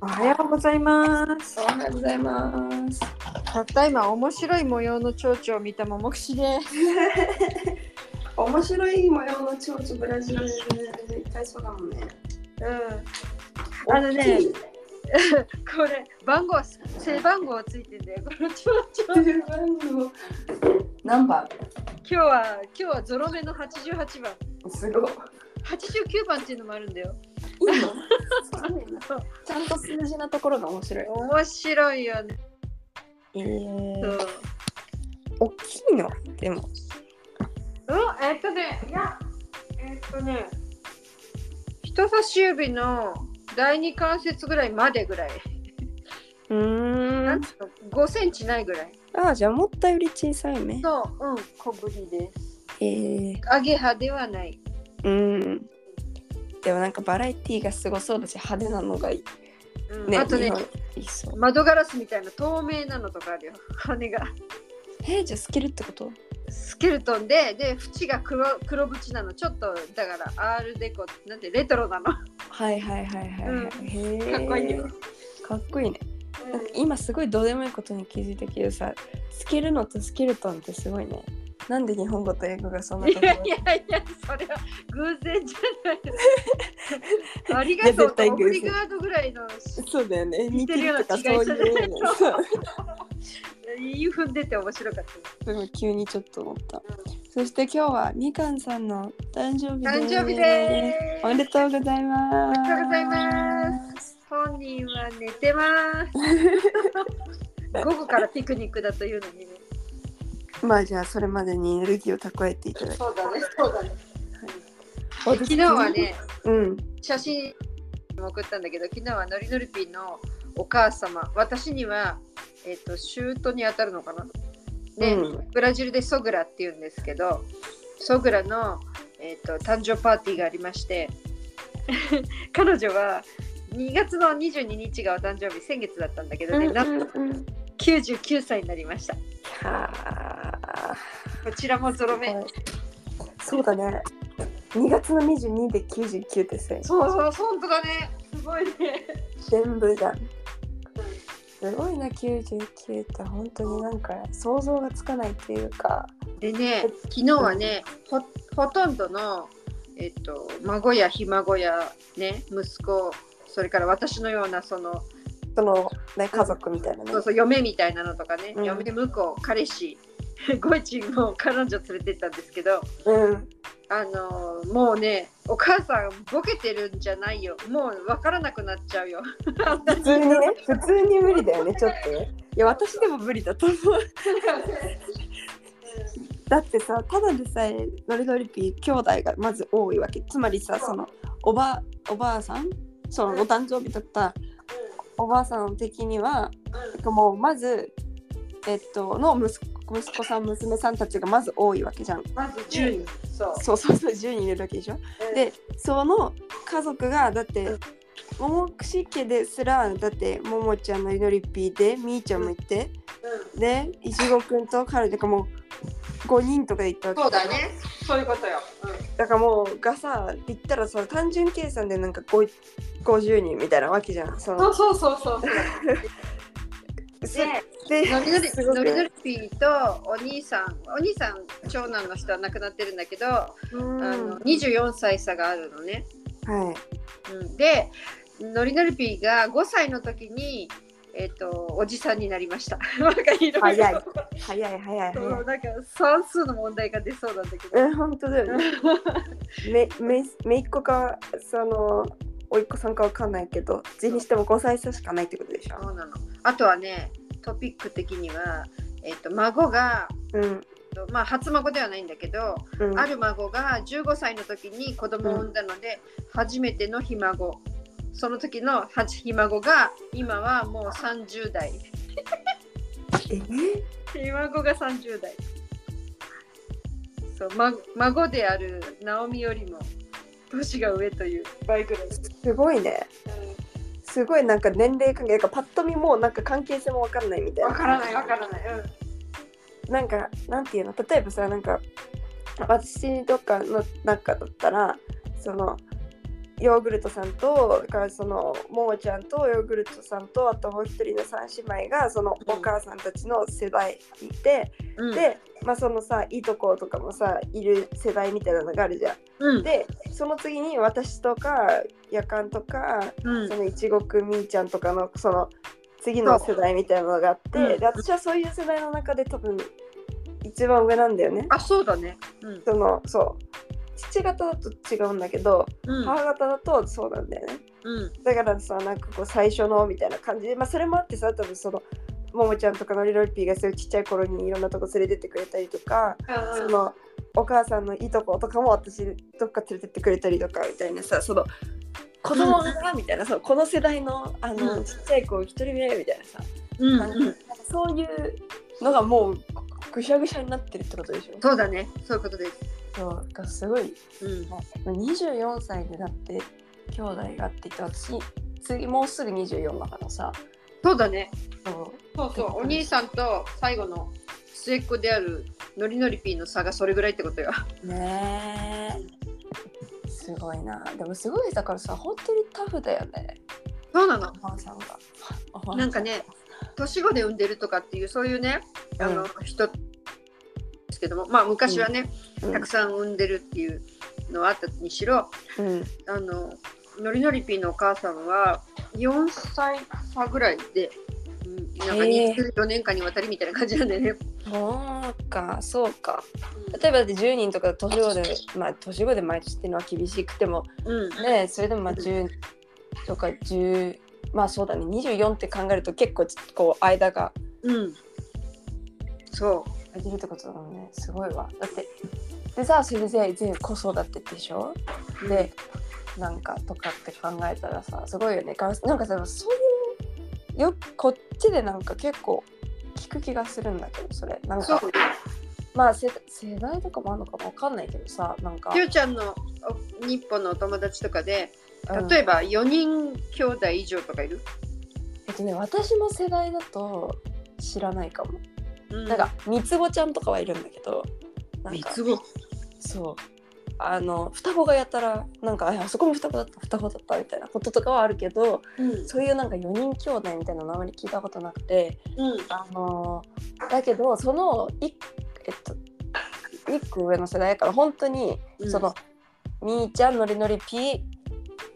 はようございますお。はようございます。たった今面白い模様の蝶々を見たももくしです。面白い模様の蝶々ブラジルでね、いっぱいそうだもんね。うん。あのね大きい、これ番号背番号ついてんだよ。この蝶々。 10番の何番今日は今日はゾロ目の八十八番、すごい。八十九番っていうのもあるんだよ。いいのすごいなちゃんと数字なところが面白い。面白いよね。えそー、う。大きいのでも。うん、えっとね、いや、えっとね、人差し指の第二関節ぐらいまでぐらい、うなーんん。つうの、5センチないぐらいああ、じゃあ思ったより小さいね。の、うん、小ぶりです。えー、アゲハではない。うん。でもなんかバラエティーがすごそうだし派手なのがいい。うんね、あとね日、本いいそう。窓ガラスみたいな透明なのとかあるよ、羽が。えー、じゃあスキルってことスケルトンで、で、縁が黒黒縁なの、ちょっとだからアールデコ、なんてレトロなの。はいはいはいはい、はいうんへーかっこいいよかっこいいね今すごいどうでもいいことに気づいたけどさスケルノとスケルトンってすごいねなんで日本語と英語がそんないことやいやいや、それは偶然じ ゃない。ありがとういや絶対とオ偶然ブリガードぐらいのそうだよね似似ててるようるなとか違いそじゃなういいうのねそう言い踏んでて面白かった。すごい急にちょっと思った、そして今日はみかんさんの誕生日です誕生日でおめでとうございますおめでとうございます本人は寝てま す。午後からピクニックだというのにね。まあじゃあそれまでにエネルギーを蓄えていただきそうだね、そうだね。昨昨日はね、うん写真も送ったんだけど、昨日はノリノリピーのお母様、私には、えっ、と、シュートに当たるのかなね、うんブラジルでソグラっていうんですけどソグラの、えー、と誕生パーティーがありまして 彼女は2月の22日がお誕生日先月だったんだけどね、なんとうんうん99歳になりましたはこちらもゾロ目ーそうだね2月の22で99ってさそうそう本当だねすごいね全部じゃんすごいな99って本当になんか想像がつかないっていうかでね昨日はねほほとんどの、えっと孫やひ孫や、ね、息子それから私のようなそのそのね家族みたいなねそうそう嫁みたいなのとかね、うん嫁向こう彼氏 ゴイチンも彼女連れてったんですけどうんあのーもうねお母さんボケてるんじゃないよもう分からなくなっちゃう よ普通にね普通に無理だよねちょっとねいや私でも無理だと思うだってさただでさえノリノリピー兄弟がまず多いわけつまりさそのおばおばあさんそのお誕生日とったおばあさん的にはもうまずえっとの息子息子さん娘さんたちがまず多いわけじゃんまず10人そうそうそうそう10人いるわけでしょでその家族がだって桃串家ですらだってももちゃんのいのりっぴーでみーちゃんもいて、でいちごくんと彼女がもう5人とかで行ったわけそうだねそういうことよ、だからもうがさって言ったらさ単純計算でなんかご50人みたいなわけじゃんそのそうそうそうそうすででノリノリすごくノリノリピーとお兄さんお兄さん長男の人は亡くなってるんだけど、うんあの24歳差があるのねはいうん、でノリノリピーが5歳の時に、えっとおじさんになりました なんかいろいろ早い早い早いそ早いうなんか算数の問題が出そうなんだけど、 うん本当だよねめめめいっ子かそのおいっ子さんかわかんないけど字にしても5歳差しかないってことでしょそうなのあとはねトピック的には、えっと孫が、うんまあ、初孫ではないんだけど、うんある孫が15歳の時に子供を産んだので、初めてのひ孫その時のはひ孫が今はもう30代えねひ孫が30代そう、ま、孫である直美よりも年が上という倍ぐらい、すごいねすごいなんか年齢関係がパッと見もうなんか関係性もわかんないみたいなからない、うん、なんかなんていうの例えばさなんか私とかの中だったらそのヨーグルトさんとだからそのももちゃんとヨーグルトさんとあともう一人の三姉妹がそのうおん母さんたちの世代で、うん、で、まあ、そのさいとことかもさいる世代みたいなのがあるじゃん。うん、でその次に私とかやかんとかうんそ、のいちごくみーちゃんとかのその次の世代みたいなのがあって、うんで私はそういう世代の中で多分一番上なんだよね。あ、そうだね。うん、そのそう父方だと違うんだけどうん、母方だとそうなんだよね。うん、だからさなんかこう最初のみたいな感じで、まあ、それもあってさ多分そのももちゃんとかのりろりぴーがそういうちっちゃい頃にいろんなとこ連れてってくれたりとか、そのお母さんのいとことかも私どっか連れてってくれたりとかみたいなさその子供がみたいなそうこの世代のあの、うんちっちゃい子一人目みたいなさ、うん、あのうん、そういうのがもうぐしゃぐしゃになってるってことでしょそうだね。そういうことでそうだからすごいす。うん、 24歳でだって兄弟があって言って私次もうすぐ24だからさそうだね。そうそうそう、お兄さんと最後の末っ子であるノリノリピーの差がそれぐらいってことよ。 ねえすごいなでもすごいだからさ本当にタフだよねそうなの。おばあさんがおばあさなんかね、年子で産んでるとかっていう、そういうね、あの、う人ですけども、まあ昔はね、うんたくさん産んでるっていうのはあったにしろ、うんあの、ノリノリピーのお母さんは4歳差ぐらいで、うん、なんかへえ24年間にわたりみたいな感じなんだよね。そうかそうか例えばだって10人とか年子でまあ年子で毎年っていうのは厳しくてもうん、ねそれでもまあ10とか10まあそうだね24って考えると結構ちょっとこう間がうん。そう。できるってことだもんねすごいわだってでさそれで全部子育てでしょでなんかとかって考えたらさすごいよねがなんかさそういうよこっちでなんか結構聞く気がするんだけどそれなんそうか。まあ世世代とかもあるのかもわかんないけどさなんかきゅうちゃんのお日本のお友達とかでうん例えば4人兄弟以上とかいる、えっとね私の世代だと知らないかも、うんなんか三つ子ちゃんとかはいるんだけどなん三かつ子そうあの双子がやたらなんかああそこも双子だった双子だったみたいなこととかはあるけどうんそういうなんか4人兄弟みたいなのあまり聞いたことなくてうんあのーだけどそのいえっと1個上の世代だから本当にうんその、みーちゃんのりのりピー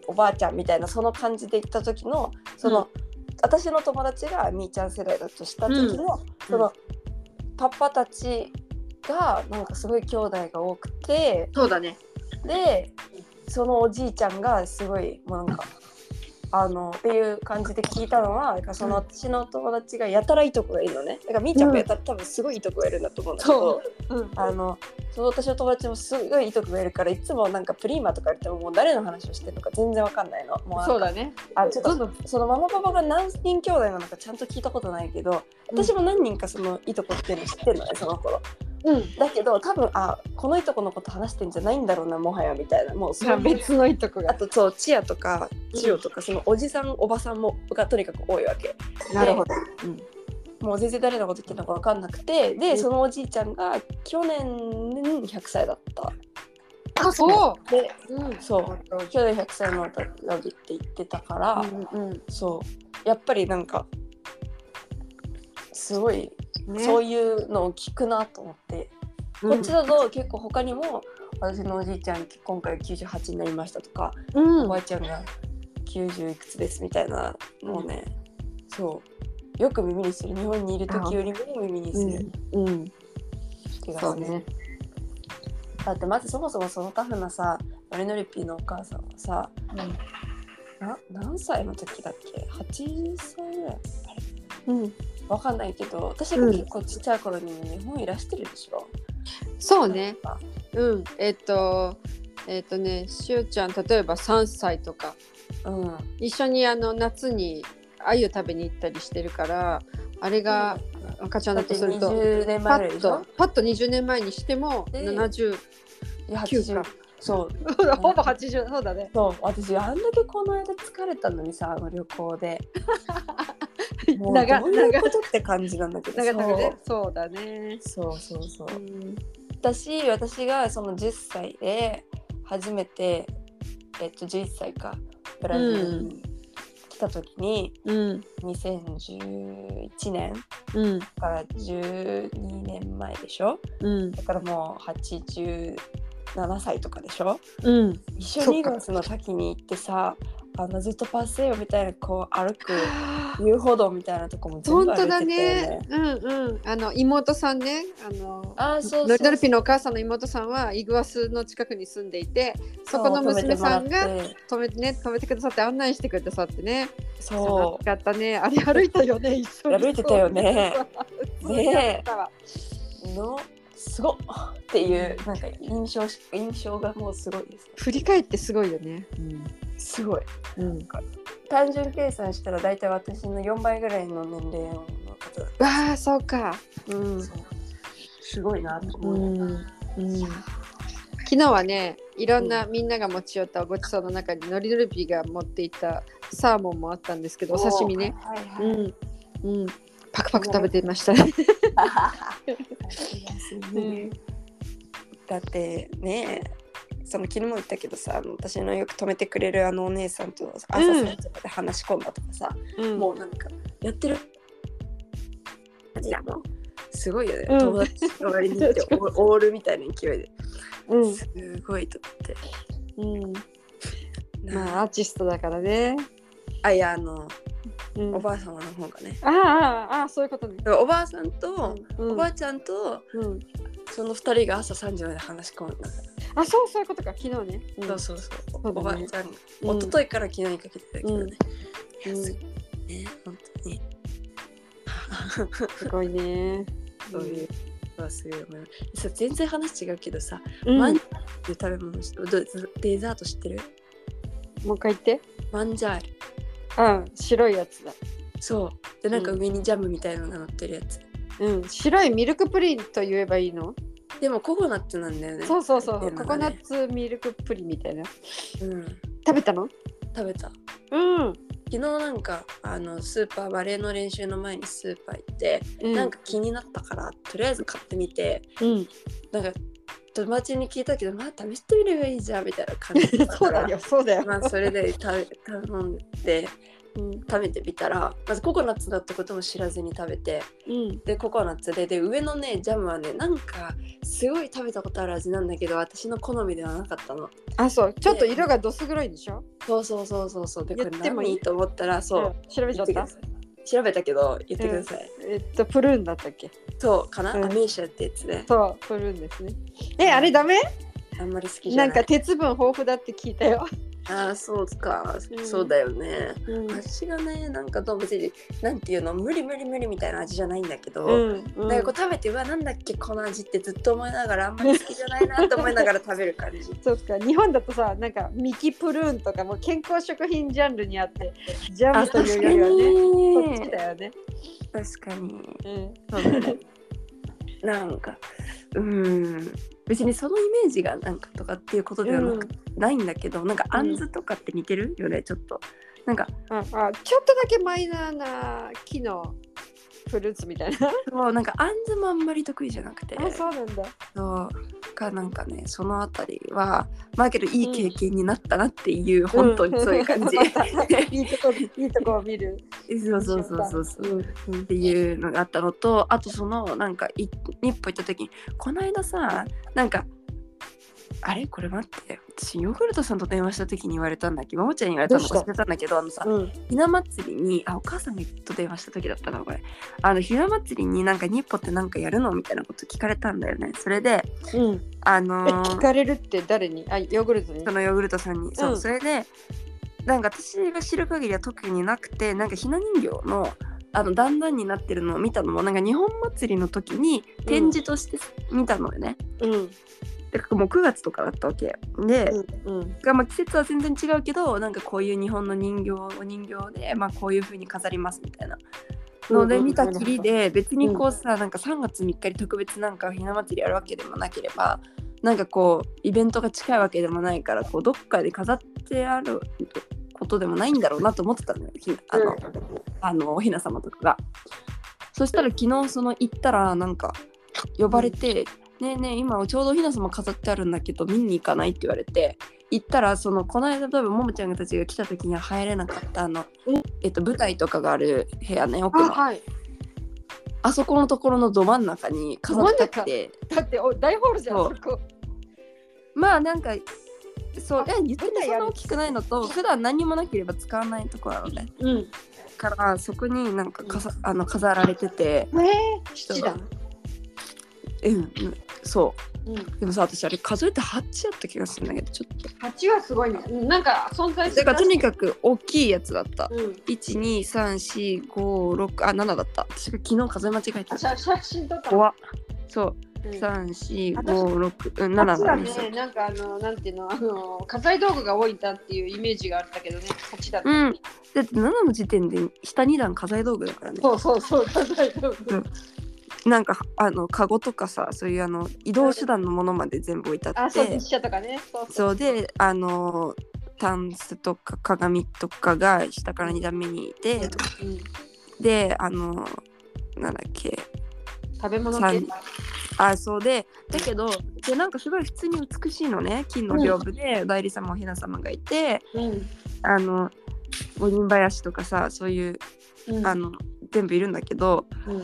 おばあちゃんみたいなその感じで行った時のその、うん私の友達がみーちゃん世代だとした時の、その、パパたちがなんかすごい兄弟が多くてそうだねでそのおじいちゃんがすごいもうなんかあのっていう感じで聞いたのはだからそのうん私の友達がやたらいいとこがいるのねだからみーちゃんもやたら、多分すごいいいとこがいるんだと思うんだけど。うんあのその私の友達もすごいいいとこがいるからいつもなんかプリーマとか言ってももう誰の話をしてるのか全然わかんないのもうなんかそうだねあちょっとどんどんそのママパパが何人兄弟なのかちゃんと聞いたことないけどうん私も何人かそのいとこっていうの知ってるのねその頃うんだけど多分あこのいとこのこと話してんじゃないんだろうなもはやみたいなもうそういうのいとこあとそうチアとかチオとかそのおじさんおばさんもがとにかく多いわけなるほどもう全然誰のこと言ってるのか分かんなくてうでんそのおじいちゃんが去年100歳だったあそでううんそう去年100歳のラビって言ってたから、うんうんそうやっぱりなんかすごい、ねそういうのを聞くなと思って、うんこっちだと結構他にも私のおじいちゃん今回98になりましたとか、うおんばあちゃんが90いくつですみたいなのをね、そうよく耳にする日本にいる時よりも耳にするうん気がする、だってまずそもそもそのタフなさのりのりピーのお母さんはさ、な何歳の時だっけ80歳ぐらいうんわかんないけど私が結構ちっちゃい頃に日本いらしてるでしょ、そうねうんえっとえっとねしおちゃん例えば3歳とかうん一緒にあの夏に鮎食べに行ったりしてるからあれが赤ちゃんだだっとてすると20年パ前ぐらいッでしょとパッと20年前にしてもええ70、いや9 80かそう ほぼ80そうだねそう私あんだけこの間疲れたのにさあの旅行でもうどう 長いうことって感じなんだけど長々ねそうだねそうそうそうそううんだし私がその10歳で初めてえっと、11歳かブラジルに来た時に、うん2011年うんだから12年前でしょうんだからもう87歳とかでしょうん一緒そにっかロスの滝に行ってさあのずっとパセよみたいなこう歩く遊歩道みたいなとこも全本部当歩いてだたよねね。うんうんあの妹さんねあのあーそうそノうリドルピのお母さんの妹さんはイグアスの近くに住んでいてそこの娘さんが止めてね止めてくださって案内してくださってねそう楽しかったねあれ歩いたよ ね一緒に歩いてたよねそうやったわのすごっっていうなんか印象し印象がもうすごいですね振り返ってすごいよねすごいうん、うん、単純計算したら大体私の4倍ぐらいの年齢の方だっわあそうかうんたすごいなとう思う、んうん、昨日はねいろんなみんなが持ち寄ったごちそうの中にのりのりピーが持っていたサーモンもあったんですけどお刺身ね、はいはいはいうんうん、パクパク食べていましたね、うんだってねその昨日も言ったけどさあの私のよく止めてくれるあのお姉さんと朝うん3時まで話し込んだとかさ、うん、もうなんかやってる感じだもんすごいよね、うん友達の割 にってオールみたいな勢いでうすごいと思ってんうん、ままああアーティストだからね、あいやあのうん、おばあ様の方がねああああそういうことね、おばあさんと、うんおばあちゃんとうん、その2人が朝3時まで話し込んだ、あそうそういうことか昨日ね、うんそうそうそうそうだねおばあちゃん、うん一昨日から昨日にかけてだけどね、うんいやすごいね本当にすごいね そういうのはすごい思いますそう全然話違うけどさ、うん、マンもジャールっていう食べ物知ってどデザート知ってるう一回言ってマンジャールうん白いやつだそうでなんか上にジャムみたいなのが乗ってるやつ、うん白いミルクプリンと言えばいいのでもココナッツなんだよねそうそうそう、入ってコるのコナがねッツミルクプリンみたいなうん食べたの食べたうん、昨日なんかあのスーパーバレーの練習の前にスーパー行って、うん、なんか気になったからとりあえず買ってみてうんなんか友達に聞いたけどまあ試してみればいいじゃんみたいな感じだった そうからだよそうだよ、まあそれで食べ頼んでうん食べてみたらまずココナッツだってことも知らずに食べてうんでココナッツでで上のねジャムはねなんかすごい食べたことある味なんだけど私の好みではなかったのあそうちょっと色がどす黒いんでしょ、そうそうそうそうそうでこれ言ってもいい何いいと思ったらそう、ん、調べちゃ言っってくたださい調べたけど言ってください、えっとプルーンだったっけそうかな、うんアメーシャってやつねそうプルーンですねえあれダメあんまり好きじなゃんないか鉄分豊富だって聞いたよ、ああそうか、うんそうだよねうん私がねなんかどう別になんていうの無理無理無理みたいな味じゃないんだけど、うんなんかこう食べてうわなんだっけこの味ってずっと思いながらあんまり好きじゃないなと思いながら食べる感じそうっすか日本だとさなんかミキプルーンとかもう健康食品ジャンルにあってジャムというよりはねそっちだよね、確かにうん、そうだねなんかうん別にそのイメージがなんかとかっていうことではな,、くないんだけどなんかあんずとかって似てるよねちょっとなんかああちょっとだけマイナーな木のフルーツみたいなそうなんかあんずもあんまり得意じゃなくてあそうなんだそうかなんかねそのあたりはまあけどいい経験になったなっていう、本当にそういう感じ、うん いいとこいいとこを見る、 そうそうそうそうそううんっていうのがあったのとあとそのなんかい一歩行った時にこの間さなんかあれこれ待って私ヨーグルトさんと電話した時に言われたんだっけまもちゃんに言われたのどうし忘れたんだけどあのさうん、ひな祭りにあお母さんがと電話した時だったなこれあのひな祭りになんか日歩ってなんかやるのみたいなこと聞かれたんだよねそれでうん、あえのー聞かれるって誰にあヨーグルトにそのヨーグルトさんにそう、うんそれでなんか私が知る限りは特になくてなんかひな人形のあの段々になってるのを見たのもなんか日本祭りの時に展示として見たのよね、うんでもう9月とかだったわけで、うんがまあ季節は全然違うけどなんかこういう日本の人形を人形で、まあ、こういう風に飾りますみたいなのでうん見たきりで別にこうさなんか3月3日に特別なんかひな祭りやるわけでもなければなんかこうイベントが近いわけでもないからこうどっかで飾ってあることでもないんだろうなと思ってたのよひあの、うんあのおひな様とかが。そしたら昨日その行ったらなんか呼ばれて、ねえねえ今ちょうどひな様飾ってあるんだけど見に行かない?」って言われて行ったらそのこの間多分ももちゃんたちが来た時には入れなかったあのうん、えっと、舞台とかがある部屋ね奥あのあはいそこのところのど真ん中に飾ってあってだってお大ホールじゃんそうそこまあなんかそうあえ言ってもそんな大きくないのと普段何もなければ使わないところなのでうんからそこになんかかさあの飾られててええ七段うんうんそううんでもさ私あれ数えて8やった気がするんだけどちょっと八はすごいねうんなんか存在だすかるらとにかく大きいやつだったうん12345あ7だった私が昨日数え間違えあた写写真撮った怖っそううん3456うん7八だだねね、なんかあの、なんていうの、あの、家財道具が多いんだっていうイメージがあったけどね、八だね。うんだって7の時点で下2段家財道具だからねそうそうそう、家財道具。うんなんかあのカゴとかさそういうあの移動手段のものまで全部置いてああ、っそう、て実写とかね。そうそう。そうであのタンスとか鏡とかが下から2段目にいてうん、であのなんだっけ食べ物系。あそうでだけどでなんかすごい普通に美しいのね金の屏風で代理様おひな様がいてうん。あの五人林とかさそういううん。あの全部いるんだけどうん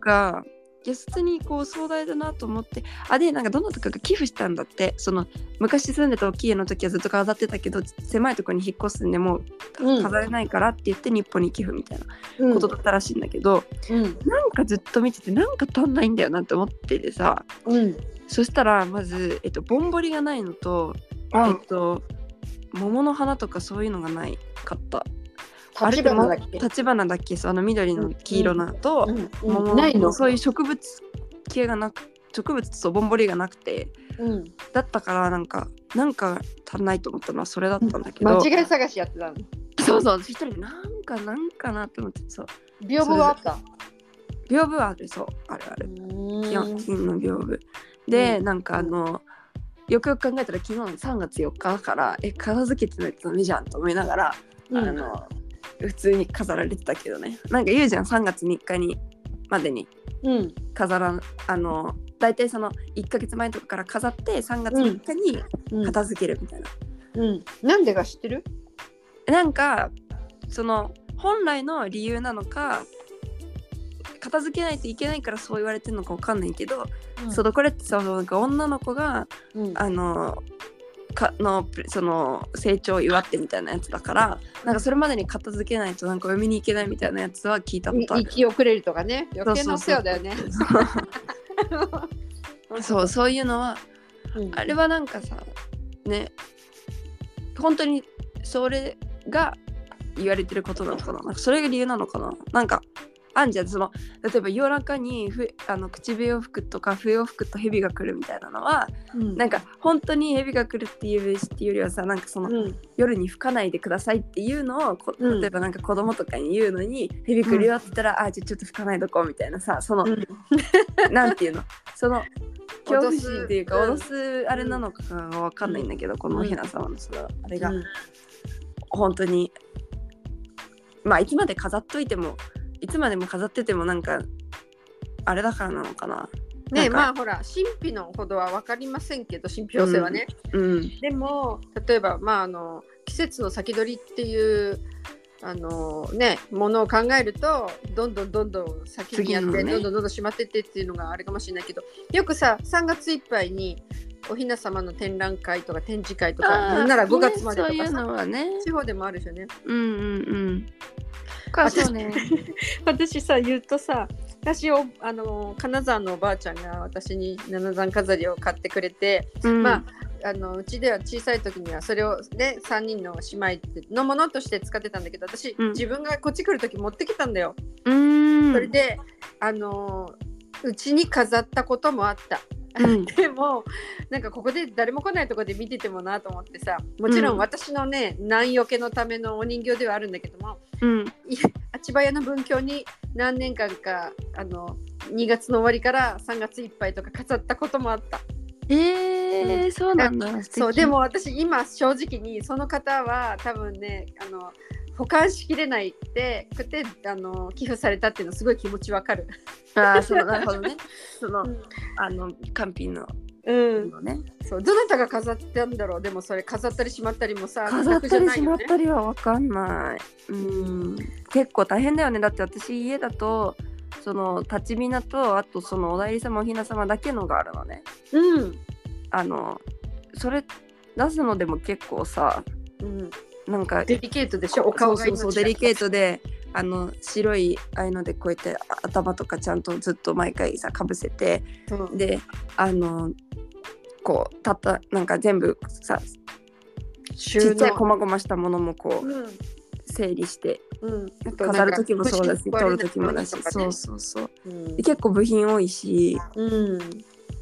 がいや普通にこう壮大だなと思ってあでなんかどなたかが寄付したんだってその昔住んでた大きい家の時はずっと飾ってたけど狭いところに引っ越すんでもううん飾れないからって言って日本に寄付みたいなうんことだったらしいんだけど、うん。なんかずっと見ててなんか足んないんだよなって思っててさ、うん。そしたらまず、えっと、ぼんぼりがないのと、えっと、桃の花とかそういうのがないかった。あれって橘まだっけ立花だっけそうあの緑の黄色なのと、うん桃ないの。そういう植物系がなく植物とぼんぼりがなくてうん。だったからなんかなんか足んないと思ったのはそれだったんだけど、間違い探しやってたの。そうそう私一人でなんかなんかなって思ってそう屏風はあった。屏風はあるそうあるあうるー金ん金の屏風で、うなんかあのよくよく考えたら昨日の3月4日だからえ片付けてないとダメじゃんと思いながら、あうん。の普通に飾られてたけどねなんか言うじゃん3月3日にまでにうん。飾らんあの大体その1ヶ月前とかから飾って3月3日にうん片付けるみたいな、うん。なんでか知ってる。なんかその本来の理由なのか片付けないといけないからそう言われてるのかわかんないけど、そのこれってそのなんか女の子がうん。あのかのプレその成長を祝ってみたいなやつだからなんかそれまでに片付けないとなんかお嫁に行けないみたいなやつは聞いたこいとあ生る。き遅れるとかね余計なお世話だよね。そうそういうのはうんあれはなんかさね本当にそれが言われてることなのかななんかそれが理由なのかななんかあんじゃんその例えば夜中にふあの口笛を吹くとか笛を吹くと蛇が来るみたいなのはうんなんか本当に蛇が来るっていうっていうよりはさなんかそのうん夜に吹かないでくださいっていうのをこうん例えばなんか子供とかに言うのに「ヘビ来るよ」って言ったら「あじゃあちょっと吹かないとこ」みたいなさその、うんなんていうのそ の恐怖脅す心っていうかうん脅すあれなのかが分かんないんだけど、このひな様のそのあれがうん本当にまあいつまで飾っといてもいつまでも飾っててもなんかあれだからなのかな。ねまなんかあほら神秘のほどは分かりませんけど信憑性はね、うんでも例えばまああの季節の先取りっていうあのねものを考えるとどんどんどんどん先にやって、次のねどんどんどんどんしまってってっていうのがあれかもしれないけどよくさ3月いっぱいにお雛様の展覧会とか展示会とかなんなら5月までとそういかうさのはね。地方でもあるしねうんうんうん。かそうね。私さ言うとさ私をあの金沢のおばあちゃんが私に七山飾りを買ってくれて、うんまああのうちでは小さい時にはそれをね3人の姉妹のものとして使ってたんだけど私、うん自分がこっち来る時持ってきたんだよ。うーん。それであのうちに飾ったこともあった。 うん、でもなんかここで誰も来ないとこで見ててもなと思ってさもちろうんん私のね難よけのためのお人形ではあるんだけどもうん、いあちばやの文教に何年間かあの2月の終わりから3月いっぱいとか飾ったこともあったえー、そうなんだ。素敵そうで、も私今正直にその方は多分ねあの保管しきれないってくてあの寄付されたっていうのすごい気持ちわかる。ああ、そのなるほどね。 その、うんあの、完品の、うん、のね。そうどなたが飾ったんだろうでもそれ飾ったりしまったりもさ飾ったりしまっ自たりはわかんない。うん、結構大変だよね。だって私家だと、その立ち見なと、あとそのおだいり様、おひな様だけのがあるのね。作じゃないよねあの、それ出すのでも結構さ、うん、うん、なんかデリケートでしょお顔がそうそうそうデリーケートであの白いああいうのでこうやってあ頭とかちゃんとずっと毎回さかぶせてト、うんであのこうたったなんか全部さち収っちゃい納細々したものもこううん整理してうん、あと飾る時もそうだなしんか取る時もだし、とかねそうそうそううんで結構部品多いしうん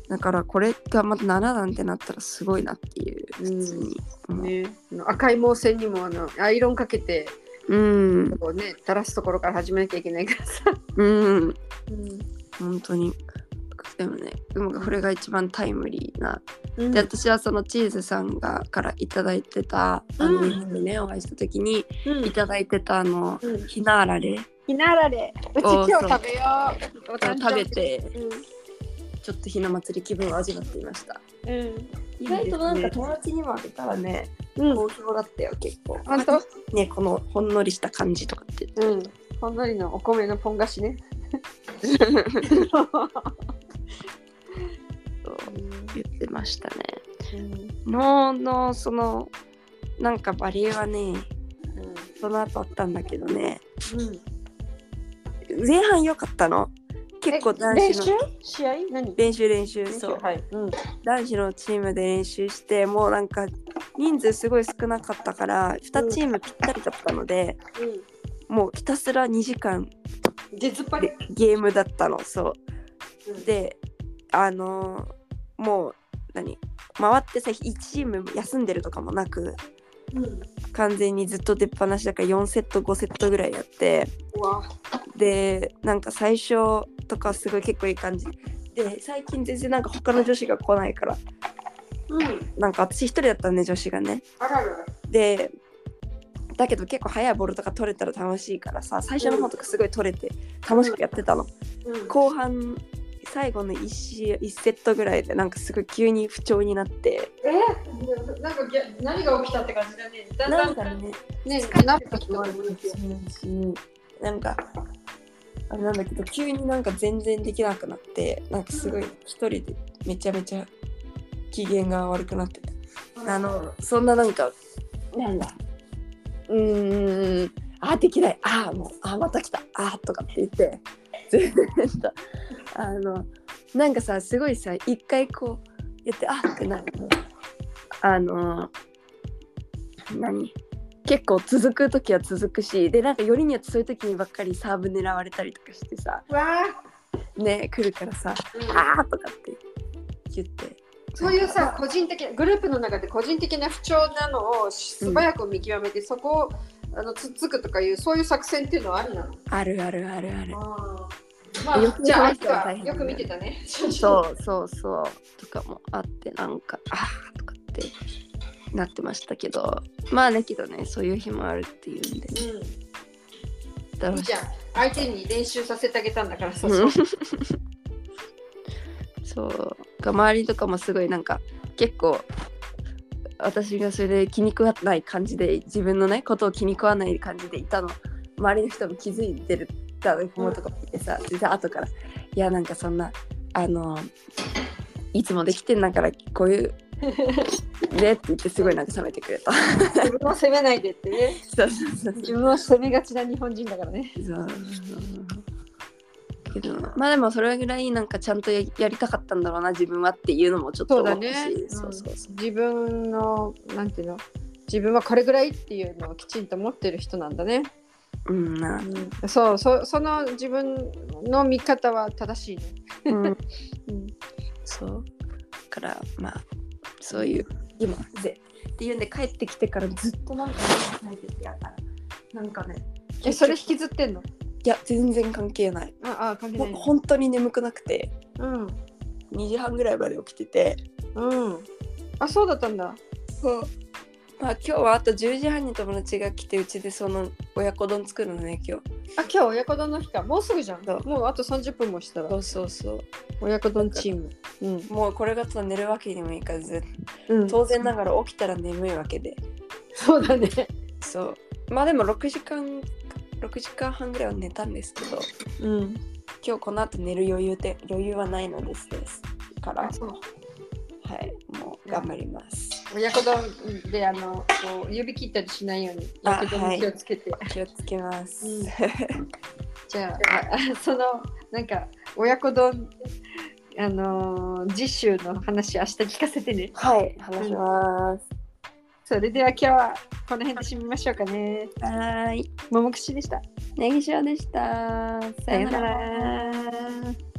だからこれがまた7段ってなったらすごいなっていう普通に思うね、あの赤い毛線にもあのアイロンかけてうんこうね垂らすところから始めなきゃいけないからさ、うんうん本当にでもねでもこれが一番タイムリーなうんで私はそのチーズさんがからいただいてたあのうん日本でねお会いした時にうんいただいてたあのうんひなあられひなあられうち今日食べようお誕生食べ日てうちょっとひな祭り気分を味わっていましたんうん意外となんか友達にもあげたらねうん好評だったよ結構本当ねこのほんのりした感じとかってうんほんのりのお米のポン菓子ねそう言ってましたねののそのなんかバリエはねその後あったんだけどね前半良かったの結構男練子習の試合何練習練習練習そうはいうん男子のチームで練習してもうなんか人数すごい少なかったから2チームぴったりだったので、もうひたすら2時間出ずっぱりでゲームだったのそう、うんであのーもう何回ってさ1チーム休んでるとかもなくうん完全にずっと出っ放しだから4セット5セットぐらいやってうわでなんか最初とかすごい結構いい感じで最近全然なんか他の女子が来ないからうんなんか私一人だったのね女子がねあららでだけど結構速いボールとか取れたら楽しいからさ最初の方とかすごい取れて楽しくやってたの、うん後半最後の 1, 試合1セットぐらいでなんかすごい急に不調になってえーなんかぎゃ何が起きたって感じだねだんだなんんかねねなった人もあるなんかあれなんだけど急になんか全然できなくなってなんかすごい一人でめちゃめちゃ機嫌が悪くなってたあのそんななんかなんだうーんあーできないあーもうあーまた来たあーとかって言って全然だあのなんかさすごいさ一回こうやってあーってなるのあの何結構続く時は続くしでなんかよりによってそういう時にばっかりサーブ狙われたりとかしてさうわーね来るからさ「うんあー」とかって言ってそういうさ個人的なグループの中で個人的な不調なのを素早く見極めて、そこをあのつっつくとかいうそういう作戦っていうのはありなのあるあるあるあるまあよくじゃあ相見て手たら大は変だねよく見てたねそうそうそうとかもあってなんか「あー」とかってなってましたけどまあだけどねそういう日もあるっていうんでねうだん、いろういしじゃん相手に練習させてあげたんだからさ、うんそそうが周りとかもすごいなんか結構私がそれで気に食わない感じで自分のねことを気に食わない感じでいたの周りの人も気づいてるだろうとかってさ、でさ後から「いやなんかそんなあのいつもできてんだからこういうね」って言ってすごい慰めてくれた。自分を責めないでって ねそうそうそう自分を責めがちな日本人だからねそうけどまあでもそれぐらいなんかちゃんとややりたかったんだろうな自分はっていうのもちょっとそう思だったしねそうそうそう自分のなんていうの自分はこれぐらいっていうのをきちんと持ってる人なんだねうんな、そうそその自分の見方は正しいね。うん、うんそうからまあそういう今ぜっていうんで帰ってきてからずっとなんか考えててやだなんかねえそれ引きずってんのいや全然関係ないああ関係もなうい。本当に眠くなくてうん2時半ぐらいまで起きててうん。あそうだったんだ。そうまあ今日はあと10時半に友達が来てうちでその親子丼作るのね今日あ今日親子丼の日かもうすぐじゃんそうもうあと30分もしたそらうそうそ親子丼チームうん、うもうこれがただ寝るわけにもいかずうん、当然ながら起きたら眠いわけでそうだねそうまあでも6時間6時間半ぐらいは寝たんですけどうん今日この後寝る余裕で余裕はないのですですからはいもう頑張ります親子丼であのこう指切ったりしないようにあやけどに気をつけて、気をつけます、うんじゃあ ああそのなんか親子丼あのー、次週の話明日聞かせてねはい話します、それでは今日はこの辺で締めましょうかねはーいももくしでしたネギ塩でしたささよよううなならら